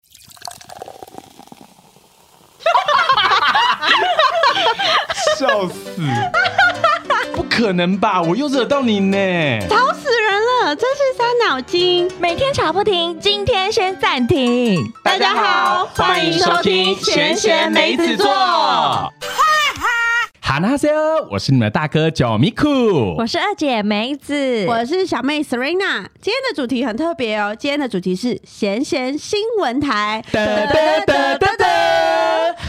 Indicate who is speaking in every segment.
Speaker 1: 笑死！不可能吧？我又惹到你呢！
Speaker 2: 吵死人了，真是伤脑筋。
Speaker 3: 呃每天吵不停，今天先暂停。
Speaker 2: 大家好欢迎收听闲闲梅子座
Speaker 1: 哈纳塞尔，我是你们的大哥九米酷
Speaker 3: 我。是二姐梅子，
Speaker 2: 我是小妹 Serena，今天的主题很特别哦，今天的主题是闲闲新闻台。
Speaker 1: 哒哒哒哒哒！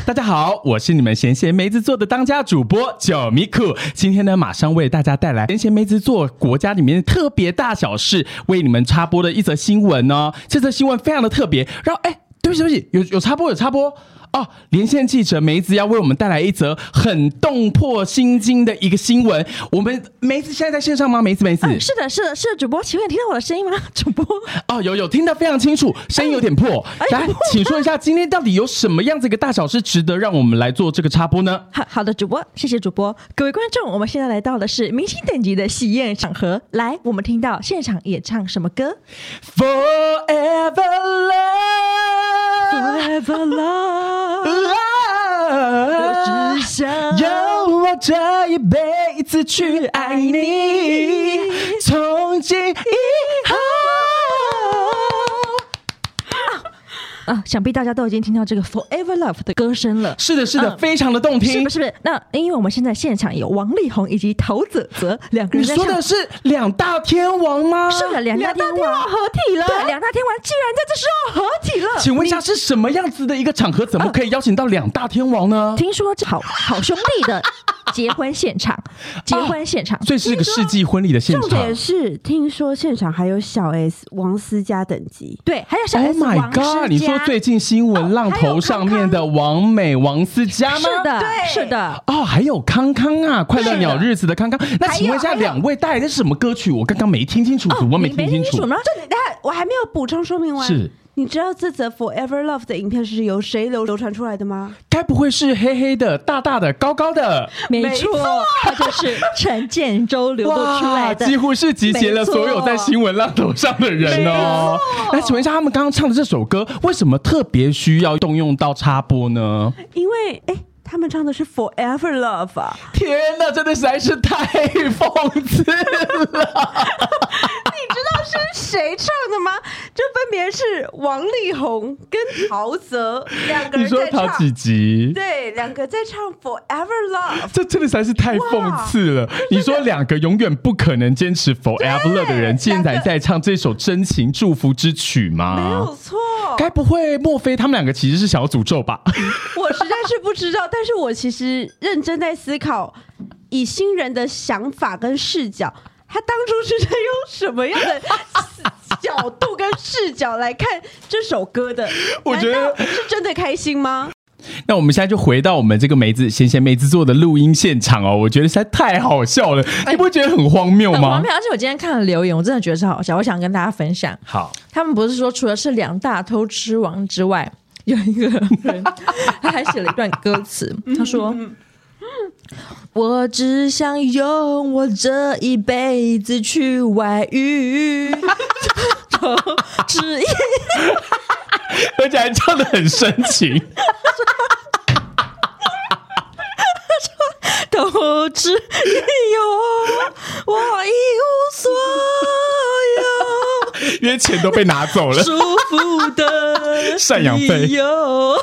Speaker 1: 大家好，我是你们闲闲梅子座的当家主播九米酷。今天呢，马上为大家带来闲闲梅子座国家里面特别大小事，为你们插播的一则新闻哦。这则新闻非常的特别，然后哎，对不起对不起，有有插播有插播。哦，连线记者梅子要为我们带来一则很动魄心经的一个新闻。我们梅子现在在线上吗？梅子，梅子，
Speaker 3: 嗯是的，是的，是的，主播，请问你听到我的声音吗？ 主播，
Speaker 1: 哦，有有听得非常清楚，声音有点破。来，请说一下今天到底有什么样子一个大小事值得让我们来做这个插播呢？
Speaker 3: 好好的，主播，谢谢主播，各位观众，我们现在来到的是明星等级的喜宴场合，来，我们听到现场演唱什么歌
Speaker 1: Forever
Speaker 3: ？Forever Love，
Speaker 1: love，
Speaker 3: 我只想
Speaker 1: 要我这一辈子去爱你，从今以后。
Speaker 3: 啊，想必大家都已经听到这个 Forever Love 的歌声了。
Speaker 1: 是的，是的，
Speaker 3: 嗯
Speaker 1: 非常的动
Speaker 3: 是
Speaker 1: 听
Speaker 3: 不。是？那因为我们现在现场有王力宏以及陶喆喆两个
Speaker 1: 你
Speaker 3: 人在
Speaker 1: 说
Speaker 3: 唱，
Speaker 1: 的是两大天王吗？
Speaker 3: 是啊的，两大天王合体了，对，两大天王居然在这时候合体了。
Speaker 1: 请问一下，是什么样子的一个场合，怎么可以邀请到两大天王呢？
Speaker 3: 听说这好好兄弟的结婚现场，结婚现场，
Speaker 1: 所以是个世纪婚礼的现
Speaker 2: 重
Speaker 1: 场。
Speaker 2: 点是，听说现场还有小 S、王思佳等级。
Speaker 3: 对，还有小
Speaker 1: Oh
Speaker 3: S
Speaker 1: my
Speaker 3: 王
Speaker 1: god！
Speaker 3: 诗
Speaker 1: 你说
Speaker 3: 佳
Speaker 1: 最近新闻浪头上面的王美、王思佳吗？
Speaker 3: 是的，
Speaker 4: 对
Speaker 3: 是的。
Speaker 1: 哦，还有康康啊，快乐鸟日子的康康。那请问一下，
Speaker 4: 还有
Speaker 1: 两位带来的是什么歌曲？我刚刚没听清楚，主播没
Speaker 3: 你没
Speaker 1: 听清楚。
Speaker 3: 吗？
Speaker 2: 重点，等下我还没有补充说明完。
Speaker 1: 是，
Speaker 2: 你知道这则 Forever Love 的影片是由谁流流传出来的吗？
Speaker 1: 该不会是黑黑的、大大的、高高的？
Speaker 3: 没错，他就是陈建州流露出来的
Speaker 1: 哇，几乎是集结了所有在新闻浪头上的人哦。那请问一下，他们刚刚唱的这首歌，为什么特别需要动用到插播呢？
Speaker 2: 因为哎、他们唱的是 Forever Love 啊。
Speaker 1: 天哪，真的实在是太讽刺了！
Speaker 2: 你知道哦是谁唱的吗？就分别是王力宏跟陶喆两个
Speaker 1: 你
Speaker 2: 人
Speaker 1: 说
Speaker 2: 在
Speaker 1: 陶
Speaker 2: 唱，
Speaker 1: 几 集？
Speaker 2: 对，两个在唱 Forever Love。
Speaker 1: 这真的实在是太讽刺了！你说两个永远不可能坚持 forever love 的人，竟然在唱这首真情祝福之曲
Speaker 2: 没
Speaker 1: 吗
Speaker 2: 有？错，
Speaker 1: 该不会莫非他们两个其实是想要诅咒吧？
Speaker 2: 我实在是不知道，但是我其实认真在思考，以新人的想法跟视角，他当初是在用什么样的角度跟视角来看这首歌的？
Speaker 1: 我觉得
Speaker 2: 难道是真的开心吗？
Speaker 1: 那我们现在就回到我们这个梅子闲闲梅子做的录音现场哦，我觉得实在太好笑了，你不觉得很荒谬
Speaker 3: 很荒
Speaker 1: 吗
Speaker 3: 谬，？而且我今天看了留言，我真的觉得超好笑，我想跟大家分享。
Speaker 1: 好，
Speaker 3: 他们不是说除了是两大偷吃王之外，有一个人他还写了一段歌词，他说：“我只想用我这一辈子去外遇， 偷吃一
Speaker 1: 而且还唱的很深情，
Speaker 3: 偷吃一哟，我一无所有。”
Speaker 1: 因为钱都被拿走 了。
Speaker 3: 舒服的
Speaker 1: 赡养费
Speaker 3: 理由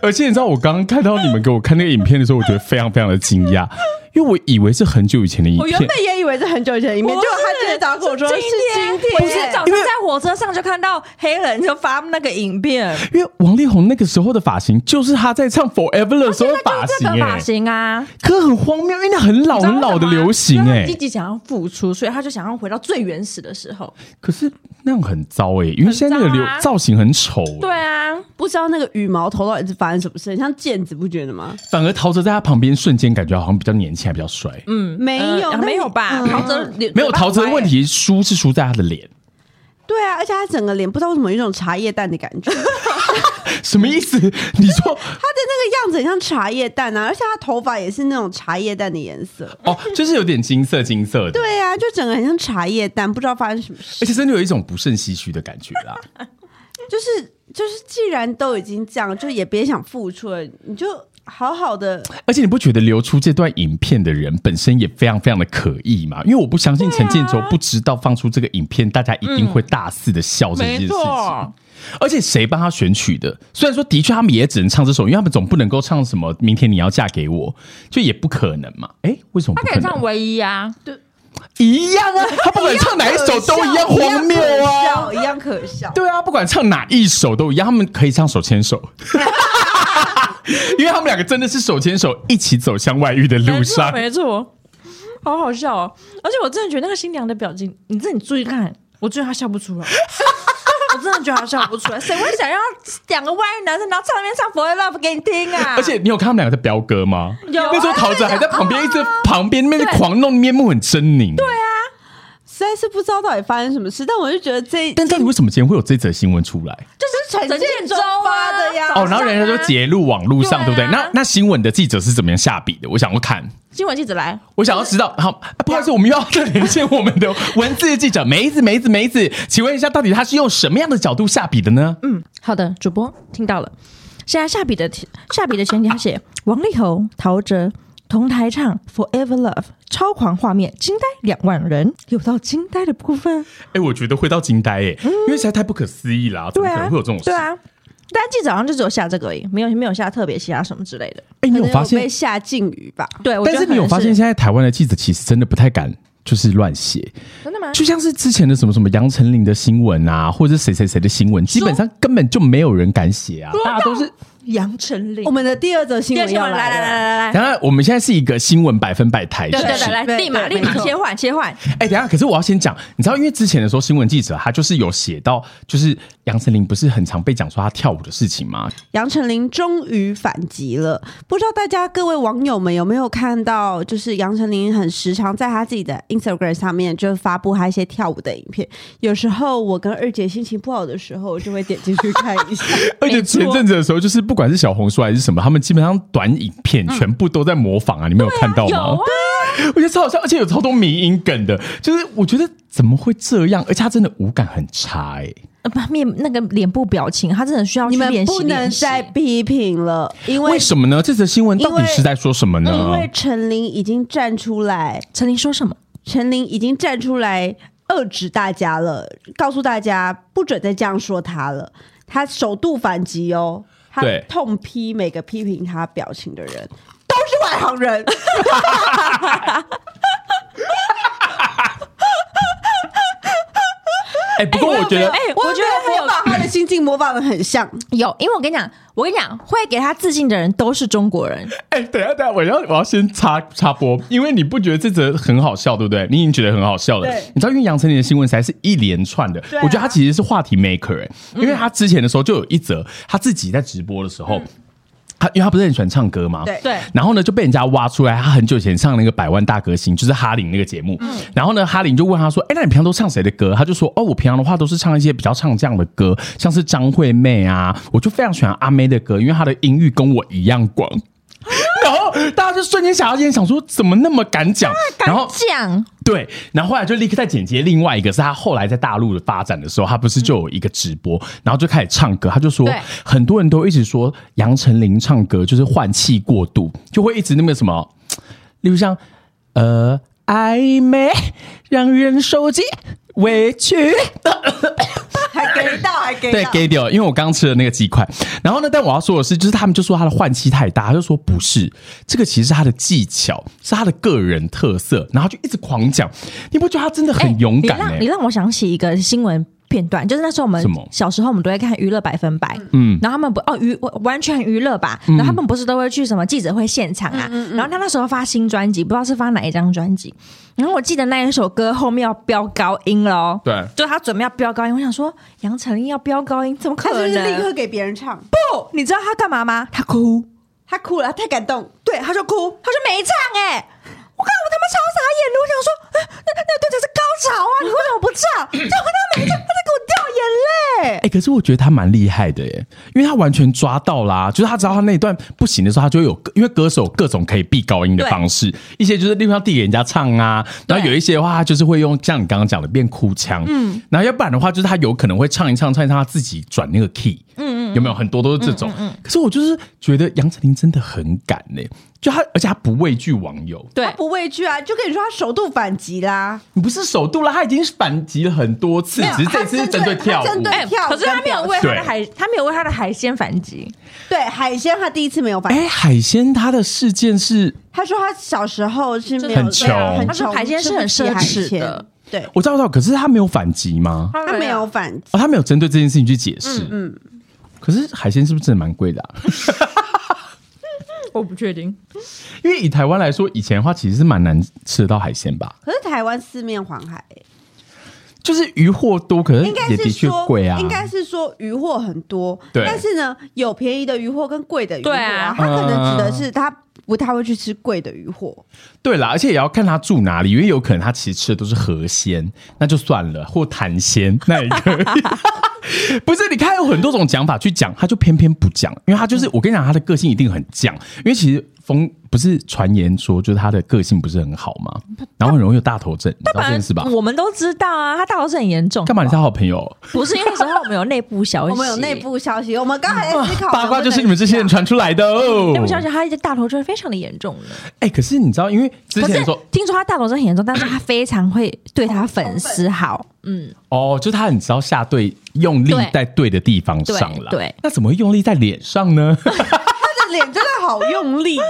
Speaker 1: 而且你知道，我刚刚看到你们给我看那个影片的时候，我觉得非常非常的惊讶，因为我以为是很久以前的影
Speaker 2: 我原
Speaker 1: 片。
Speaker 2: 本也以为是很久以前的影片，
Speaker 3: 不
Speaker 2: 结
Speaker 3: 是
Speaker 2: 果他今天早上跟我说是今天，
Speaker 3: 不是早上在火车上就看到黑人就发那个影片，
Speaker 1: 因为王力宏那个时候的发型，就是他在唱《Forever》的时候的发型、
Speaker 3: 这个
Speaker 1: 哎
Speaker 3: 发，型啊，
Speaker 1: 可很荒谬，因为那很老很老的流行、
Speaker 3: 因为
Speaker 1: 哎
Speaker 3: 他积，极想要付出，所以他就想要回到最原始的时候。
Speaker 1: 可是那样很糟哎、因为现在那个流
Speaker 3: 很糟啊
Speaker 1: 造型很丑、
Speaker 3: 对啊，
Speaker 2: 不知道那个羽毛头到底是发生什么事，很像毽子，不觉得吗？
Speaker 1: 反而陶喆在他旁边，瞬间感觉好像比较年轻，还比较帅。嗯，
Speaker 2: 没有，
Speaker 3: 呃
Speaker 2: 那
Speaker 3: 没有吧？
Speaker 2: 嗯
Speaker 3: 陶喆脸
Speaker 1: 没有陶喆的问，
Speaker 3: 嘴
Speaker 1: 题，输是输在他的脸，
Speaker 2: 对啊，而且他整个脸不知道为什么有一种茶叶蛋的感觉，他的
Speaker 1: 什么意思？你说
Speaker 2: 那个样子很像茶叶蛋啊，而且他头发也是那种茶叶蛋的颜色。
Speaker 1: 哦，就是有点金色金色的，
Speaker 2: 对啊，就整个很像茶叶蛋，不知道发生什么事。
Speaker 1: 而且真的有一种不胜唏嘘的感觉啦。
Speaker 2: 就是就是，既然都已经这样，就也别想付出了，你就好 好的。
Speaker 1: 而且你不觉得流出这段影片的人本身也非常非常的可疑吗？因为我不相信陈建州不知道放出这个影片，大家一定会大肆的笑这件事
Speaker 4: 没
Speaker 1: 情。
Speaker 4: 错，
Speaker 1: 而且谁帮他选曲的？虽然说的确他们也只能唱这首，因为他们总不能够唱什么“明天你要嫁给我”，就也不可能嘛。哎、为什么
Speaker 4: 他
Speaker 1: 不
Speaker 4: 可
Speaker 1: 可
Speaker 4: 以唱
Speaker 1: 能？
Speaker 4: 唯一啊，
Speaker 1: 一样啊， 他不管唱哪一首都一样荒谬啊。
Speaker 2: 一样可笑，一样可笑。
Speaker 1: 对啊，不管唱哪一首都一样，他们可以唱手牵 手，因为他们两个真的是手牵手一起走向外遇的路上。
Speaker 3: 没错，好好笑哦！而且我真的觉得那个新娘的表情，你自己注意看，我觉得她笑不出来。 我真的觉得她笑不出来，谁会想要两个外遇男生，然后唱那边唱《Forever Love》给你听啊？
Speaker 1: 而且你有看他们两个在飙歌吗？
Speaker 3: 有啊
Speaker 1: 那时候陶喆还在旁边一直旁边那边狂弄，面目很狰狞。啊对啊，
Speaker 2: 实在是不知道到底发生什么事，但我就觉得这
Speaker 1: 但到底为什么今天会有这则新闻出来？
Speaker 2: 就是陈
Speaker 3: 陈
Speaker 2: 建
Speaker 3: 建
Speaker 2: 州
Speaker 3: 州
Speaker 2: 发
Speaker 3: 啊
Speaker 2: 的呀。
Speaker 1: 哦，然后人家就截录网络上，对
Speaker 3: 对
Speaker 1: 不
Speaker 3: 啊
Speaker 1: 对？那那新闻的记者是怎么样下笔的？我想要看，
Speaker 3: 新闻记者来，
Speaker 1: 我想要知道。好，啊不好意思，我们又要再连线我们 的文字记者梅子，梅子，梅子，请问一下，到底他是用什么样的角度下笔的呢？
Speaker 3: 嗯，好的，主播听到了。现在下笔的题下笔的前提，他写王力宏、陶喆同台唱《Forever Love》，超狂画面，惊呆两万人。有到惊呆的部分，
Speaker 1: 哎，我觉得会到惊呆哎，因为实在太不可思议啦，怎
Speaker 3: 嗯对
Speaker 1: 么可能
Speaker 3: 啊，
Speaker 1: 会有这种事？
Speaker 3: 对啊。但记者好像就只有下这个而已，没有没有下特别其他什么之类的。
Speaker 1: 哎，你
Speaker 2: 可
Speaker 1: 有
Speaker 2: 能
Speaker 1: 发
Speaker 2: 被
Speaker 1: 现？
Speaker 2: 下禁语吧？
Speaker 3: 对，我觉
Speaker 1: 但
Speaker 3: 得
Speaker 1: 是
Speaker 3: 可
Speaker 1: 你
Speaker 3: 能
Speaker 1: 有发现，现在台湾的记者其实真的不太敢。就是乱写，
Speaker 3: 真的吗？
Speaker 1: 就像是之前的什么什么杨丞琳的新闻啊，或者是谁谁谁的新闻，基本上根本就没有人敢写啊，大家都是
Speaker 3: 杨丞琳
Speaker 2: 我们的第二则新闻要
Speaker 3: 来来来
Speaker 2: 了。
Speaker 3: 来来来，
Speaker 1: 当然，我们现在是一个新闻百分百台，
Speaker 3: 对对
Speaker 1: 是
Speaker 3: 对，
Speaker 1: 不是
Speaker 3: 来
Speaker 2: 对
Speaker 3: 立马
Speaker 2: 对
Speaker 3: 立马
Speaker 2: 没错
Speaker 3: 切换切换，
Speaker 1: 哎、等一下，可是我要先讲，你知道，因为之前的时候，新闻记者他就是有写到，就是杨丞琳不是很常被讲说她跳舞的事情吗？
Speaker 2: 杨丞琳终于反击了，不知道大家各位网友们有没有看到，就是杨丞琳很时常在她自己的 Instagram 上面就发布她一些跳舞的影片。有时候我跟二姐心情不好的时候，我就会点进去看一下。
Speaker 1: 而且前阵子的时候，就是不管是小红书还是什么，他们基本上短影片全部都在模仿啊，你没有看到
Speaker 3: 有
Speaker 1: 吗
Speaker 3: 啊？，
Speaker 1: 我觉得超好笑，而且有超多迷音梗的，就是我觉得怎么会这样？而且他真的舞感很差、哎，
Speaker 3: 呃不面那个脸部表情，他真的需要去
Speaker 2: 你们
Speaker 3: 练习
Speaker 2: 不能
Speaker 3: 练习
Speaker 2: 再批评了，因为
Speaker 1: 为什么呢？这则新闻到底
Speaker 2: 因为嗯
Speaker 1: 是在说什么呢？
Speaker 2: 因为陈琳已经站出来，
Speaker 3: 陈琳说什么？
Speaker 2: 陈琳已经站出来遏制大家了，告诉大家不准再这样说她了。她首度反击哦，她
Speaker 1: 对
Speaker 2: 痛批每个批评她表情的人都是外行人。
Speaker 1: 哎、不过我觉得，
Speaker 3: 哎，
Speaker 2: 我
Speaker 3: 我
Speaker 2: 觉
Speaker 3: 觉
Speaker 2: 得
Speaker 3: 得很
Speaker 2: 模
Speaker 3: 有
Speaker 2: 仿她的心境模仿的很像，
Speaker 3: 有，因为我跟你讲，我跟你讲，会给他自信的人都是中国人。
Speaker 1: 哎、等一下，等一下，我要我要先插插播，因为你不觉得这则很好笑，对不对？你已经觉得很好笑了
Speaker 2: 对。
Speaker 1: 你知道，因为杨丞琳的新闻才是一连串的，
Speaker 2: 啊嗯
Speaker 1: 我觉得他其实是话题 maker，、哎，因为他之前的时候就有一则他自己在直播的时候。他因为他不是很喜欢唱歌吗？
Speaker 2: 对
Speaker 3: 对
Speaker 1: 然后呢，就被人家挖出来，他很久以前上那个《百万大歌星》，就是哈林那个节目。
Speaker 2: 嗯
Speaker 1: 然后呢，哈林就问他说：“哎，那你平常都唱谁的歌？”他就说：“哦，我平常的话都是唱一些比较唱这样的歌，像是张惠妹啊，我就非常喜欢阿妹的歌，因为她的音域跟我一样广。”然后大家就瞬间想到，今天想说怎么那么敢讲，然后
Speaker 3: 讲
Speaker 1: 对，然后后来就立刻在剪接另外一个，是他后来在大陆的发展的时候，他不是就有一个直播，然后就开始唱歌，他就说
Speaker 3: 对
Speaker 1: 很多人都一直说杨丞琳唱歌就是换气过度，就会一直那个什么，例如像呃暧昧让人受尽委屈，
Speaker 2: 还给到，还给
Speaker 1: 对，给掉，因为我刚吃了那个鸡块。然后呢，但我要说的是，就是他们就说他的换气太大，他就说不是，这个其实是他的技巧，是他的个人特色。然后就一直狂讲，你不觉得他真的很勇敢欸
Speaker 3: 哎你
Speaker 1: 呢、
Speaker 3: 让你让我想起一个新闻。片段就是那时候我们
Speaker 1: 什么
Speaker 3: 小时候，我们都会看娱乐百分百，嗯，然后他们不哦娱完全娱乐吧，
Speaker 1: 嗯
Speaker 3: 然后他们不是都会去什么记者会现场啊，
Speaker 2: 嗯
Speaker 3: 然后他那时候发新专辑，不知道是发哪一张专辑，然后我记得那一首歌后面要飙高音了哦，
Speaker 1: 对
Speaker 3: 就他准备要飙高音，我想说杨丞琳要飙高音，怎么
Speaker 2: 他
Speaker 3: 可
Speaker 2: 就
Speaker 3: 能？
Speaker 2: 是立刻给别人唱，
Speaker 3: 不，你知道他干嘛吗？他哭，
Speaker 2: 他哭了，他太感动。
Speaker 3: 对，他就哭，他就没唱哎、我看我他妈超傻眼的，我想 说，呃那那那对才是高潮啊！你为什么不唱？结果他没唱，他在给我掉眼泪。
Speaker 1: 哎、可是我觉得他蛮厉害的耶，因为他完全抓到啦，就是他知道他那一段不行的时候，他就会有，因为歌手有各种可以避高音的
Speaker 3: 对
Speaker 1: 方式，一些就是例如要递给人家唱啊，然后
Speaker 3: 对
Speaker 1: 有一些的话，他就是会用像你刚刚讲的变哭腔，嗯，然后要不然的话，就是他有可能会唱一唱，唱一唱他自己转那个 key，嗯嗯，有没有很多都是这种？可是我就是觉得杨丞琳真的很敢呢，就他，而且他不畏惧网友，
Speaker 3: 对
Speaker 2: 他不畏惧啊，就跟你说他首度反击啦，
Speaker 1: 你不是首度了，他已经反击了很多次，
Speaker 2: 没有
Speaker 1: 只是这次是针对跳舞，
Speaker 2: 他针对
Speaker 3: 哎、
Speaker 2: 跳
Speaker 3: 可是他没有为他
Speaker 1: 对
Speaker 3: 的海，他没有为他的海鲜反击，
Speaker 2: 对海鲜他第一次没有反击，
Speaker 1: 哎、海鲜它的事件是，
Speaker 2: 他说他小时候是没有
Speaker 1: 很穷
Speaker 2: 对啊很
Speaker 3: 他说
Speaker 2: 穷，
Speaker 3: 海鲜是很
Speaker 2: 吃不起
Speaker 3: 奢
Speaker 2: 海
Speaker 3: 侈
Speaker 2: 鲜
Speaker 3: 的，
Speaker 2: 对，
Speaker 1: 我知道，我知道，可是他没有反击吗？
Speaker 3: 啊
Speaker 2: 他没有反击。
Speaker 1: 哦，他没有针对这件事情去解释。嗯，可是海鲜是不是真的蛮贵的、啊？
Speaker 3: 我不确定。
Speaker 1: 因为以台湾来说，以前的话其实是蛮难吃得到海鲜吧，
Speaker 2: 可是台湾四面环海、
Speaker 1: 就是鱼货多，可是
Speaker 2: 应该
Speaker 1: 也
Speaker 2: 是
Speaker 1: 的确
Speaker 2: 说
Speaker 1: 贵啊。
Speaker 2: 应该是说鱼货很多，
Speaker 1: 对
Speaker 2: 但是呢，有便宜的鱼货跟贵的鱼货、
Speaker 3: 对啊
Speaker 2: 他可能指的是他不太会去吃贵的鱼货，
Speaker 1: 对啦，而且也要看他住哪里，因为有可能他其实吃的都是河鲜，那就算了，或潭鲜 那也可以。不是，你看有很多种讲法去讲，他就偏偏不讲，因为他就是我跟你讲，他的个性一定很犟，因为其实风不是传言说就是他的个性不是很好嘛，
Speaker 3: 嗯
Speaker 1: 然后很容易有大头症，你知道这件事吧？
Speaker 3: 我们都知道啊，他大头是很严重。
Speaker 1: 干嘛？你是他好朋友？
Speaker 3: 不是因为那时 候我们有内部消息，
Speaker 2: 我们有内部消息，我们刚才在思考
Speaker 1: 嗯八卦就是你们这些人
Speaker 2: 啊
Speaker 1: 传出来的哦
Speaker 3: 内。部消息，他大头症非常的严重的。
Speaker 1: 哎、可是你知道，因为之
Speaker 3: 可
Speaker 1: 前
Speaker 3: 是
Speaker 1: 说
Speaker 3: 听说他大头症很严重，但是他非常会对他粉丝好，嗯，
Speaker 1: 哦，就他很知道下对用力
Speaker 3: 对
Speaker 1: 在对的地方上了，
Speaker 3: 对对
Speaker 1: 那怎么会用力在脸上呢？
Speaker 2: 他的脸真的好用力哦，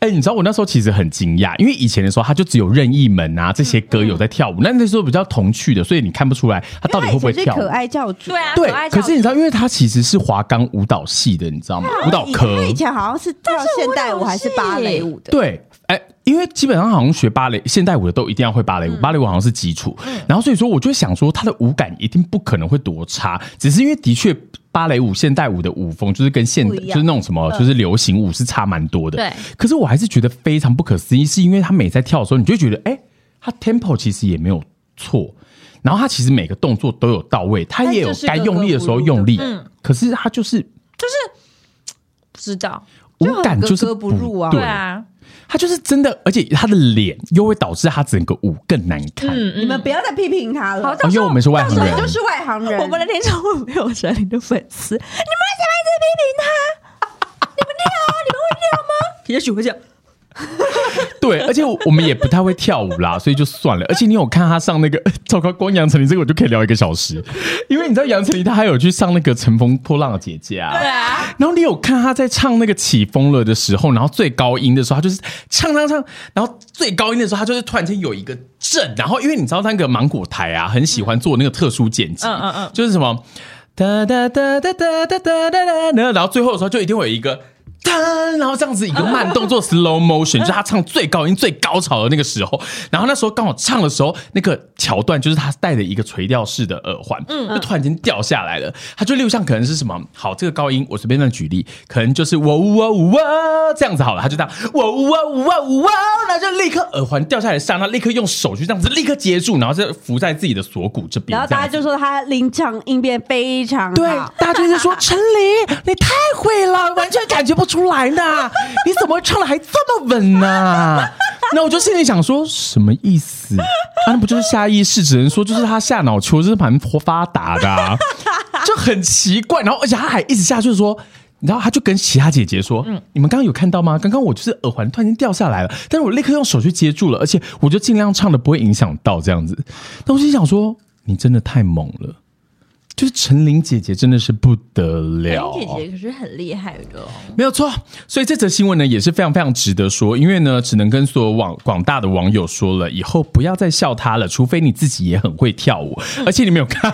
Speaker 1: 哎、你知道我那时候其实很惊讶，因为以前的时候他就只有任意门啊这些歌有在跳舞，那那时候比较童趣的，所以你看不出来他 到底
Speaker 2: 因
Speaker 1: 会不会
Speaker 2: 为他以前是
Speaker 1: 跳舞
Speaker 2: 可。爱教主，
Speaker 3: 对啊
Speaker 1: 对
Speaker 3: 可爱，教
Speaker 1: 可是你知道，因为他其实是华冈舞蹈系的，你知道吗？舞蹈科
Speaker 2: 他以前好像是跳现代舞还是芭蕾舞的，
Speaker 1: 对，哎、因为基本上好像学芭蕾、现代舞的都一定要会芭蕾舞，
Speaker 2: 嗯
Speaker 1: 芭蕾舞好像是基础。然后所以说，我就想说他的舞感一定不可能会多差，只是因为的确。芭蕾舞、现代舞的舞风就是跟现
Speaker 2: 不一
Speaker 1: 就
Speaker 2: 样嗯
Speaker 1: 是那种什么，就是流行舞是差蛮多的。
Speaker 3: 对
Speaker 1: 可是我还是觉得非常不可思议，是因为他每在跳的时候，你就觉得，哎、他 tempo 其实也没有错，然后他其实每个动作都有到位，他
Speaker 2: 但
Speaker 1: 也有
Speaker 2: 就是嗯
Speaker 1: 该
Speaker 2: 格
Speaker 1: 用
Speaker 2: 格
Speaker 1: 力的
Speaker 2: 不
Speaker 1: 时候
Speaker 2: 入
Speaker 1: 用
Speaker 2: 的
Speaker 1: 力，可是他就是
Speaker 3: 不知道，
Speaker 1: 舞
Speaker 2: 就很
Speaker 1: 感
Speaker 2: 格
Speaker 1: 就是
Speaker 2: 格不入啊
Speaker 1: 对
Speaker 3: 对啊，
Speaker 1: 他就是真的，而且他的脸又会导致他整个舞更难看。
Speaker 3: 嗯
Speaker 2: 你们不要再批评他了，
Speaker 3: 好
Speaker 1: 哦，因为我们是外
Speaker 2: 你
Speaker 1: 行
Speaker 2: 们
Speaker 1: 人，
Speaker 2: 就是外行人，
Speaker 3: 我们的听众会没有哲林的粉丝，你们为什么一直批评他？你们跳啊，你们会跳吗？也许会这样。
Speaker 1: 对，而且我我们也不太会跳舞啦， 所以就算了。而且你有看他上那个， 糟糕，光杨丞琳这个我就可以聊一个小 时，因为你知道杨丞琳她还有去上那个《乘风破浪的姐姐》啊。
Speaker 3: 对啊，
Speaker 1: 然后你有看她在唱那个《起风了》的时候，然后最高音的时候，她就是唱唱唱，然后最高音的时候，她就是突然间有一个震，然后因为你知道那个芒果台啊，很喜欢做那个特殊剪辑，
Speaker 3: 嗯嗯嗯
Speaker 1: 就是什么哒哒哒哒哒哒哒哒哒，然后然后最后的时候就一定会有一个。哒，然后这样子一个慢动 作 slow motion，就是他唱最高音最高潮的那个时候。然后那时候刚好唱的时候，那个桥段就是他戴着一个垂钓式的耳环，嗯，就突然间掉下来了。他就六项可能是什么？好，这个高音我随便乱举例，可能就是我我我这样子好了，他就这样我我我我，然后就立刻耳环掉下来的刹那，立刻用手去这样子立刻接住，然后再扶在自己的锁骨这边。
Speaker 2: 然后
Speaker 1: 这
Speaker 2: 大家
Speaker 1: 样子
Speaker 2: 就说他临场应变非常
Speaker 1: 对
Speaker 2: 好，，
Speaker 1: 大家就是说陈琳，你太会了，完全感觉不出来呢，你怎么会唱的还这么稳呢？那我就心里想说，什么意思？啊，那不就是下意识？只能说就是他下脑球就是蛮发达的、啊，就很奇怪。然后而且他还一直下去说。然后他就跟其他姐姐说：“你们刚刚有看到吗？刚刚我就是耳环突然间掉下来了，但是我立刻用手去接住了，而且我就尽量唱的不会影响到这样子。”但我心想说：“你真的太猛了。”就是陈琳姐姐真的是不得了，
Speaker 3: 哎林姐姐可是很厉害的哦，
Speaker 1: 没有错。所以这则新闻呢也是非常非常值得说，因为呢，只能跟所有网广大的网友说了，以后不要再笑她了，除非你自己也很会跳 舞，而且你没有看，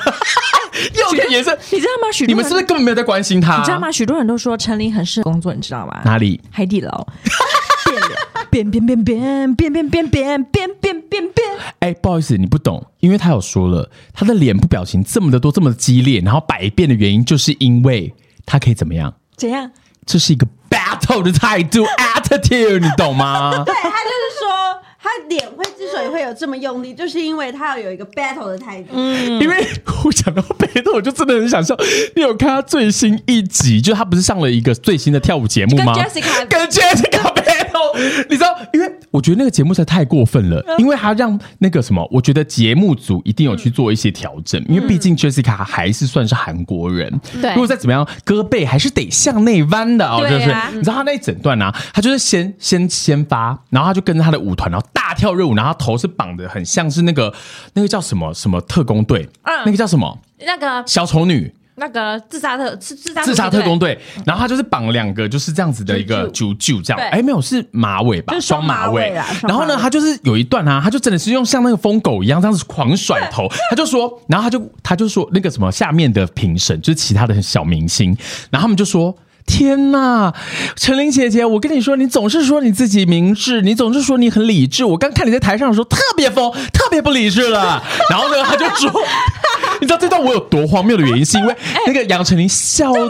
Speaker 1: 又的颜色，
Speaker 3: 你知道吗？许 多
Speaker 1: 你们是不是根本没有在关心她？
Speaker 3: 你知道吗？许多人都说陈琳很适合工作，你知道吗？
Speaker 1: 哪里？
Speaker 3: 海底捞。 变脸，变变变变变变变变变变变。
Speaker 1: 哎、不好意思，你不懂，因为她有说了，她的脸部表情这么的多，这么的激烈，然后百变的原因，就是因为她可以怎么样？
Speaker 3: 怎样？
Speaker 1: 这是一个 battle 的态度 attitude，你懂吗？
Speaker 2: 对他就是说，他脸会之所以会有这么用力，就是因为他要有一个 battle 的态度。
Speaker 1: 因为我讲到贝多，我就真的很想笑。你有看他最新一集，就他不是上了一个最新的跳舞节目吗？
Speaker 3: 跟 Jessica
Speaker 1: 跟 Jessica 贝多，你知道，因为我觉得那个节目实在太过分
Speaker 3: 嗯
Speaker 1: 了，因为他让那个什么，我觉得节目组一定有去做一些调整，因为毕竟 Jessica 还是算是韩国人，
Speaker 3: 嗯对
Speaker 1: 如果再怎么样，胳膊还是得向内弯的哦，
Speaker 3: 对啊
Speaker 1: 就是你知道他那一整段呢、啊，他就是先先先发，然后他就跟着他的舞团，然后大跳热舞，然后他头是绑的很像是那个那个叫什么什么特工队，
Speaker 3: 嗯
Speaker 1: 那个叫什么
Speaker 3: 那个
Speaker 1: 小丑女。
Speaker 3: 那个自杀特自自杀
Speaker 1: 自杀特工
Speaker 3: 队，
Speaker 1: 队，然后他就是绑两个就是这样子的一个
Speaker 3: 啾
Speaker 1: 啾啾这样，
Speaker 3: 对
Speaker 1: 哎、没有是马尾吧，
Speaker 2: 就是
Speaker 1: 双
Speaker 2: 双
Speaker 1: 马
Speaker 2: 马
Speaker 1: 尾
Speaker 2: 尾啦双马尾
Speaker 1: 然后呢，他就是有一段啊，他就真的是用像那个疯狗一样这样子狂甩头，他就说，然后他就他就说那个什么下面的评审就是其他的小明星，然后他们就说。天呐，陈琳姐姐，我跟你说，你总是说你自己明智，你总是说你很理智。我刚看你在台上的时候特别疯，特别不理智了。然后呢，他就说， 你知道这段我有多荒谬的原因，是因为那个杨丞琳笑的，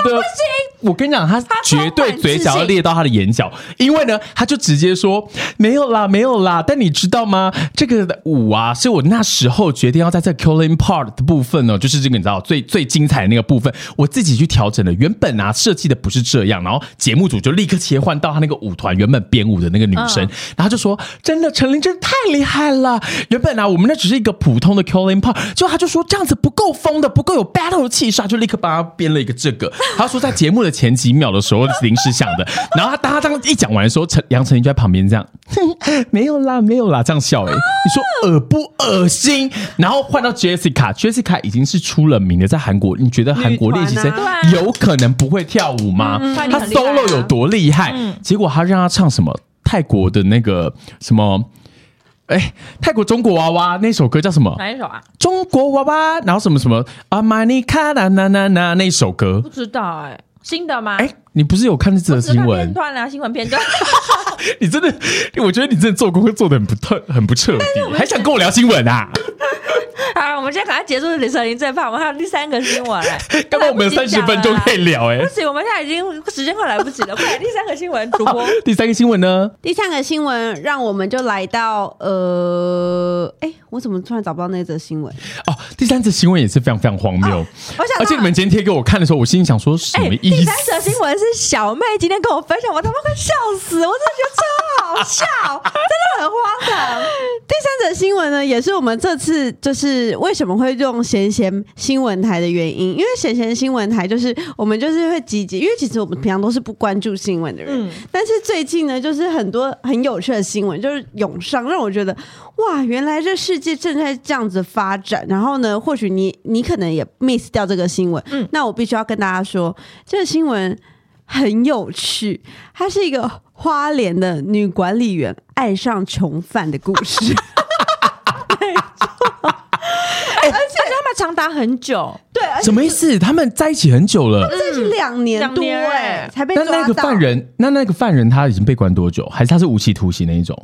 Speaker 1: 我跟你讲，他绝对嘴角要裂到他的眼角，因为呢，他就直接说没有啦，没有啦。但你知道吗？这个舞啊，是我那时候决定要在这 killing part 的部分呢，就是这个你知道最最精彩的那个部分，我自己去调整的。原本啊设计的不是这样，然后节目组就立刻切换到他那个舞团原本编舞的那个女生，然后就说真的，陈琳真的太厉害了。原本啊，我们那只是一个普通的 killing part，就他就说这样子不够疯的，不够有 battle 的气势啊，就立刻帮他编了一个这 个。他说在节目的前几秒的时候临时想的， 然后他当他这样一讲完的时候，陈杨丞琳就在旁边这样， 哼没有啦，没有啦，这样笑哎、你说恶不恶心？然后换到 Jessica，Jessica 已经是出了名的，在韩国，你觉得韩国练习生
Speaker 2: 女团
Speaker 3: 啊
Speaker 1: 有可能不会跳舞吗？
Speaker 3: 她一
Speaker 1: 他
Speaker 3: 定很厉害啊嗯
Speaker 1: solo 有多厉害？结果他让他唱什么泰国的那个什么。哎，泰国中国娃娃那首歌叫什么？
Speaker 3: 哪一首啊？中
Speaker 1: 中国娃娃，然后什么什么阿玛尼卡啦那那那那首歌
Speaker 3: 不，知道哎，新的吗？
Speaker 1: 哎，你不是有看这则
Speaker 3: 只
Speaker 1: 新
Speaker 3: 看片
Speaker 1: 闻？
Speaker 3: 段啊啦，新闻片段。
Speaker 1: 你真的，我觉得你真的做功课做的很不特很不彻底，还想跟我聊新闻 啊？
Speaker 3: 好，我们现在赶快结束李晨林最怕，我们还有第三个新闻哎。
Speaker 1: 刚刚我们有
Speaker 3: 不然
Speaker 1: 三
Speaker 3: 不
Speaker 1: 十
Speaker 3: 行
Speaker 1: 分钟
Speaker 3: 讲了啊
Speaker 1: 可以聊哎
Speaker 3: 不。行，我们现在已经时间快来不及了，快第三个新闻主 播
Speaker 1: 好。第三个新闻呢？
Speaker 2: 第三个新闻，让我们就来到呃，哎、我怎么突然找不到那则新闻？
Speaker 1: 哦，第三则新闻也是非常非常荒谬，
Speaker 2: 我想到
Speaker 1: 而且你们今天贴给我看的时候，我心里想说什
Speaker 3: 啊哎，
Speaker 1: 么
Speaker 3: 第
Speaker 1: 意思
Speaker 3: 三？则新闻是小妹今天跟我分享，我他妈快笑死！我真的觉得超好笑，
Speaker 2: 真的很荒唐。第三则新闻呢，也是我们这次就是为什么会用闲闲新闻台的原因，因为闲闲新闻台就是我们就是会集结，因为其实我们平常都是不关注新闻的人，
Speaker 3: 嗯
Speaker 2: 但是最近呢，就是很多很有趣的新闻就是涌上，让我觉得哇，原来这世界正在这样子发展。然后呢，或许你你可能也 miss 掉这个新闻，
Speaker 3: 嗯
Speaker 2: 那我必须要跟大家说，这个新闻很有趣，它是一个花莲的女管理员爱上囚犯的故 事。
Speaker 1: 哎
Speaker 3: 而且他们长达很久，
Speaker 2: 对，而且
Speaker 1: 什么意思？他们在一起很久了，
Speaker 2: 这是两年多
Speaker 3: 两年
Speaker 2: 哎、
Speaker 3: 哎
Speaker 2: 才被
Speaker 1: 那
Speaker 2: 抓到。
Speaker 1: 那个犯人，那那个犯人他已经被关多久？还是他是无期徒刑那一种？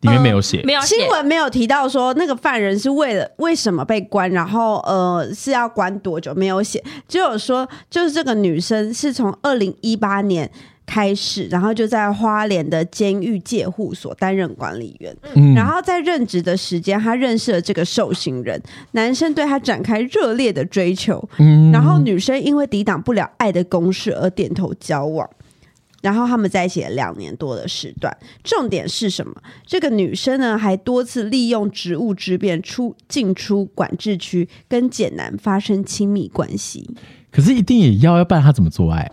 Speaker 1: 里面没有写，
Speaker 3: 没有
Speaker 2: 新
Speaker 3: 写
Speaker 2: 呃闻没有提到说那个犯人是为了为什么被关，然后呃是要关多久，没有写，只有说就是这个女生是从二零一八年开始，然后就在花莲的监狱戒护所担任管理员，
Speaker 1: 嗯
Speaker 2: 然后在任职的时间，她认识了这个受刑人，男生对她展开热烈的追求，
Speaker 1: 嗯
Speaker 2: 然后女生因为抵挡不了爱的攻势而点头交往，然后他们在一起了两年多的时段。重点是什么？这个女生呢，还多次利用职务之便出进出管制区，跟简男发生亲密关系。
Speaker 1: 可是一定也要，要不然他怎么做爱？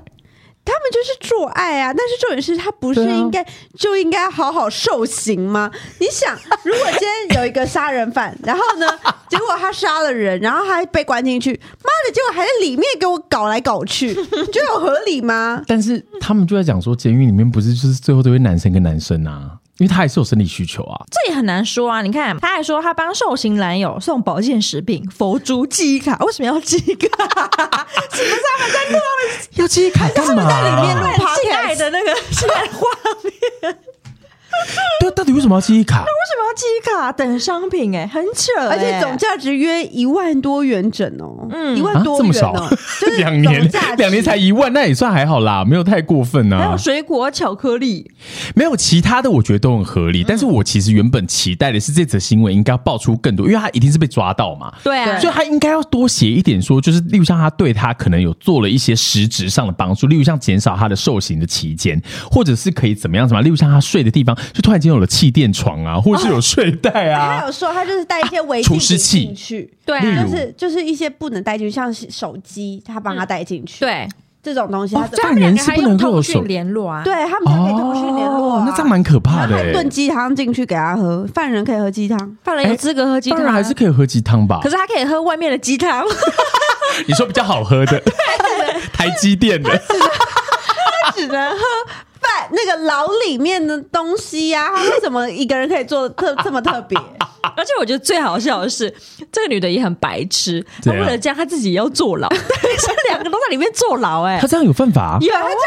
Speaker 2: 他们就是做爱啊，但是重点是他不是
Speaker 1: 对啊
Speaker 2: 应该、就应该好好受刑吗？你想，如果今天有一个杀人犯，然后 呢，结果他杀了人，然后他被关进去，妈的，结果还在里面给我搞来搞去，你觉得有合 理吗？
Speaker 1: 但是他们就在讲说，监狱里面不是就是最后都会男生跟男生啊，因为他还是有生理需求啊。
Speaker 3: 这也很难说啊！你看，他还说他帮受刑男友送保健食品、佛珠、记忆卡，为什么要记忆卡？ 是不是他们在录他们
Speaker 1: 要记忆卡干嘛？
Speaker 2: 在里面录
Speaker 3: 性爱
Speaker 2: podcast，
Speaker 3: 的那个性爱画面？
Speaker 1: 对，到底为什么要记忆卡？
Speaker 3: 什么要记忆卡等商品、哎，很扯、
Speaker 2: 而且总价值约一万多元整哦，一万
Speaker 1: 啊，
Speaker 2: 多
Speaker 1: 这么
Speaker 2: 元
Speaker 1: 少
Speaker 2: 哦，就 是
Speaker 1: 两年
Speaker 2: 总价值，
Speaker 1: 两年才一万，那也算还好啦，没有太过分
Speaker 3: 还
Speaker 1: 啊
Speaker 3: 有。水果、巧克力，
Speaker 1: 没有其他的，我觉得都很合理。但是
Speaker 2: 嗯
Speaker 1: 我其实原本期待的是这则新闻应该要爆出更多，因为他一定是被抓到嘛。
Speaker 3: 对啊
Speaker 1: 所以他应该要多写一点说，就是例如像他对他可能有做了一些实质上的帮助，例如像减少他的受刑的期间，或者是可以怎么样怎么样，例如像他睡的地方就突然间有了气垫床啊，或者是有睡袋啊，
Speaker 2: 他有说他就是带一些违
Speaker 1: 啊
Speaker 2: 禁
Speaker 1: 除湿
Speaker 2: 品
Speaker 1: 器
Speaker 2: 进去，
Speaker 3: 对啊
Speaker 1: 例如
Speaker 2: 就是就是一些不能带进去，像是手机，他帮他带进去，
Speaker 3: 对，
Speaker 2: 这种东西，
Speaker 1: 嗯哦
Speaker 2: 他怎么
Speaker 1: 这样人是不能够有
Speaker 3: 通
Speaker 1: 手
Speaker 3: 讯联络啊，
Speaker 2: 对他们才可以通讯联络啊
Speaker 1: 哦那这样蛮可怕
Speaker 2: 然
Speaker 1: 的、
Speaker 2: 后还
Speaker 1: 欸
Speaker 2: 炖。鸡汤进去给他喝，犯人可以喝鸡汤，
Speaker 3: 犯
Speaker 1: 哎
Speaker 3: 人有资格喝鸡
Speaker 1: 当
Speaker 3: 汤、啊
Speaker 1: 然还是可以喝鸡汤吧
Speaker 3: 可，是他可以喝外面的鸡汤，
Speaker 1: 你说比较好喝的， 台积电 的，
Speaker 2: 他只能 喝饭那个牢里面的东西呀、他为什么一个人可以做得 特这么特别？
Speaker 3: 而且我觉得最好笑的是，这个女的也很白痴，她
Speaker 1: 怎
Speaker 3: 为
Speaker 1: 样
Speaker 3: 了这样，她自己也要 坐牢，这两个都在里面坐牢、哎
Speaker 1: 他，这样有犯法？
Speaker 3: 有
Speaker 2: 他这样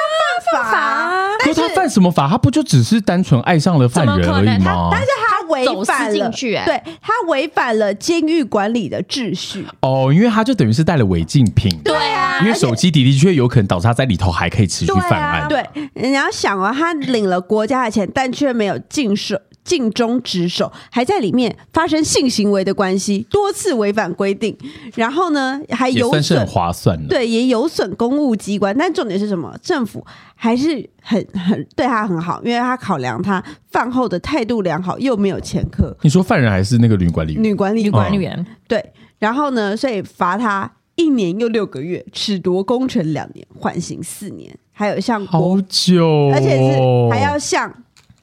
Speaker 2: 犯法啊，
Speaker 1: 可是他犯什么法？他不就只是单纯爱上了犯人
Speaker 4: 怎么
Speaker 1: 而
Speaker 4: 可能
Speaker 1: 已吗？
Speaker 2: 但是他违
Speaker 4: 走私
Speaker 2: 反了，
Speaker 4: 进去欸
Speaker 2: 对他违反了监狱管理的秩序。
Speaker 1: 哦，因为他就等于是带了违禁品，
Speaker 4: 对啊
Speaker 1: 因为手机的的确有可能导致他在里头还可以持续犯
Speaker 4: 嗯
Speaker 1: 案。
Speaker 2: 对，啊你要想哦，他领了国家的钱，但却没有尽守。尽忠职守，还在里面发生性行为的关系，多次违反规定，然后呢，还
Speaker 1: 也
Speaker 2: 有
Speaker 1: 算是很
Speaker 2: 损
Speaker 1: 划算了。
Speaker 2: 对，也有损公务机关，但重点是什么？政府还是很很对他很好，因为他考量他饭后的态度良好，又没有前科，
Speaker 1: 你说犯人还是那个旅馆里
Speaker 2: 女管理
Speaker 3: 女
Speaker 2: 员
Speaker 3: 管理员，
Speaker 2: 对，然后呢，所以罚他一年又六个月，褫夺公权两年，缓刑四年，还有向
Speaker 1: 好
Speaker 2: 国，
Speaker 1: 久、哦，
Speaker 2: 而且是还要向